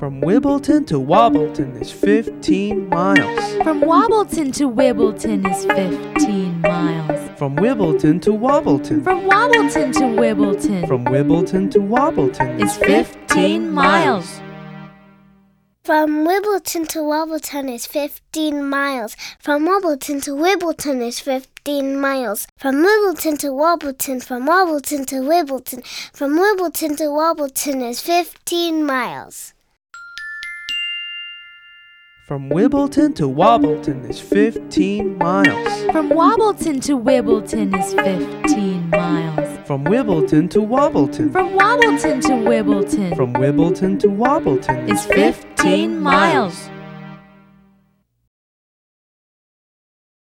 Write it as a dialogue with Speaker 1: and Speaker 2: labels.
Speaker 1: Wibbleton to Wobbleton is 15 miles.
Speaker 2: From Wobbleton to Wibbleton is 15 miles.
Speaker 1: From Wibbleton to Wobbleton.
Speaker 2: From Wobbleton to Wibbleton
Speaker 1: From Wibbleton to Wobbleton
Speaker 2: is 15 miles.
Speaker 3: From Wibbleton to Wobbleton is 15 miles. From Wobbleton to Wibbleton is 15 miles. From Wibbleton to Wobbleton, from Wobbleton to Wibbleton, from Wibbleton to Wobbleton is 15 miles.
Speaker 1: From Wibbleton to Wobbleton is 15 miles.
Speaker 2: From Wobbleton to Wibbleton is 15 miles.
Speaker 1: From Wibbleton to Wobbleton.
Speaker 2: From Wobbleton to Wibbleton
Speaker 1: From Wibbleton to Wobbleton
Speaker 2: is 15 miles.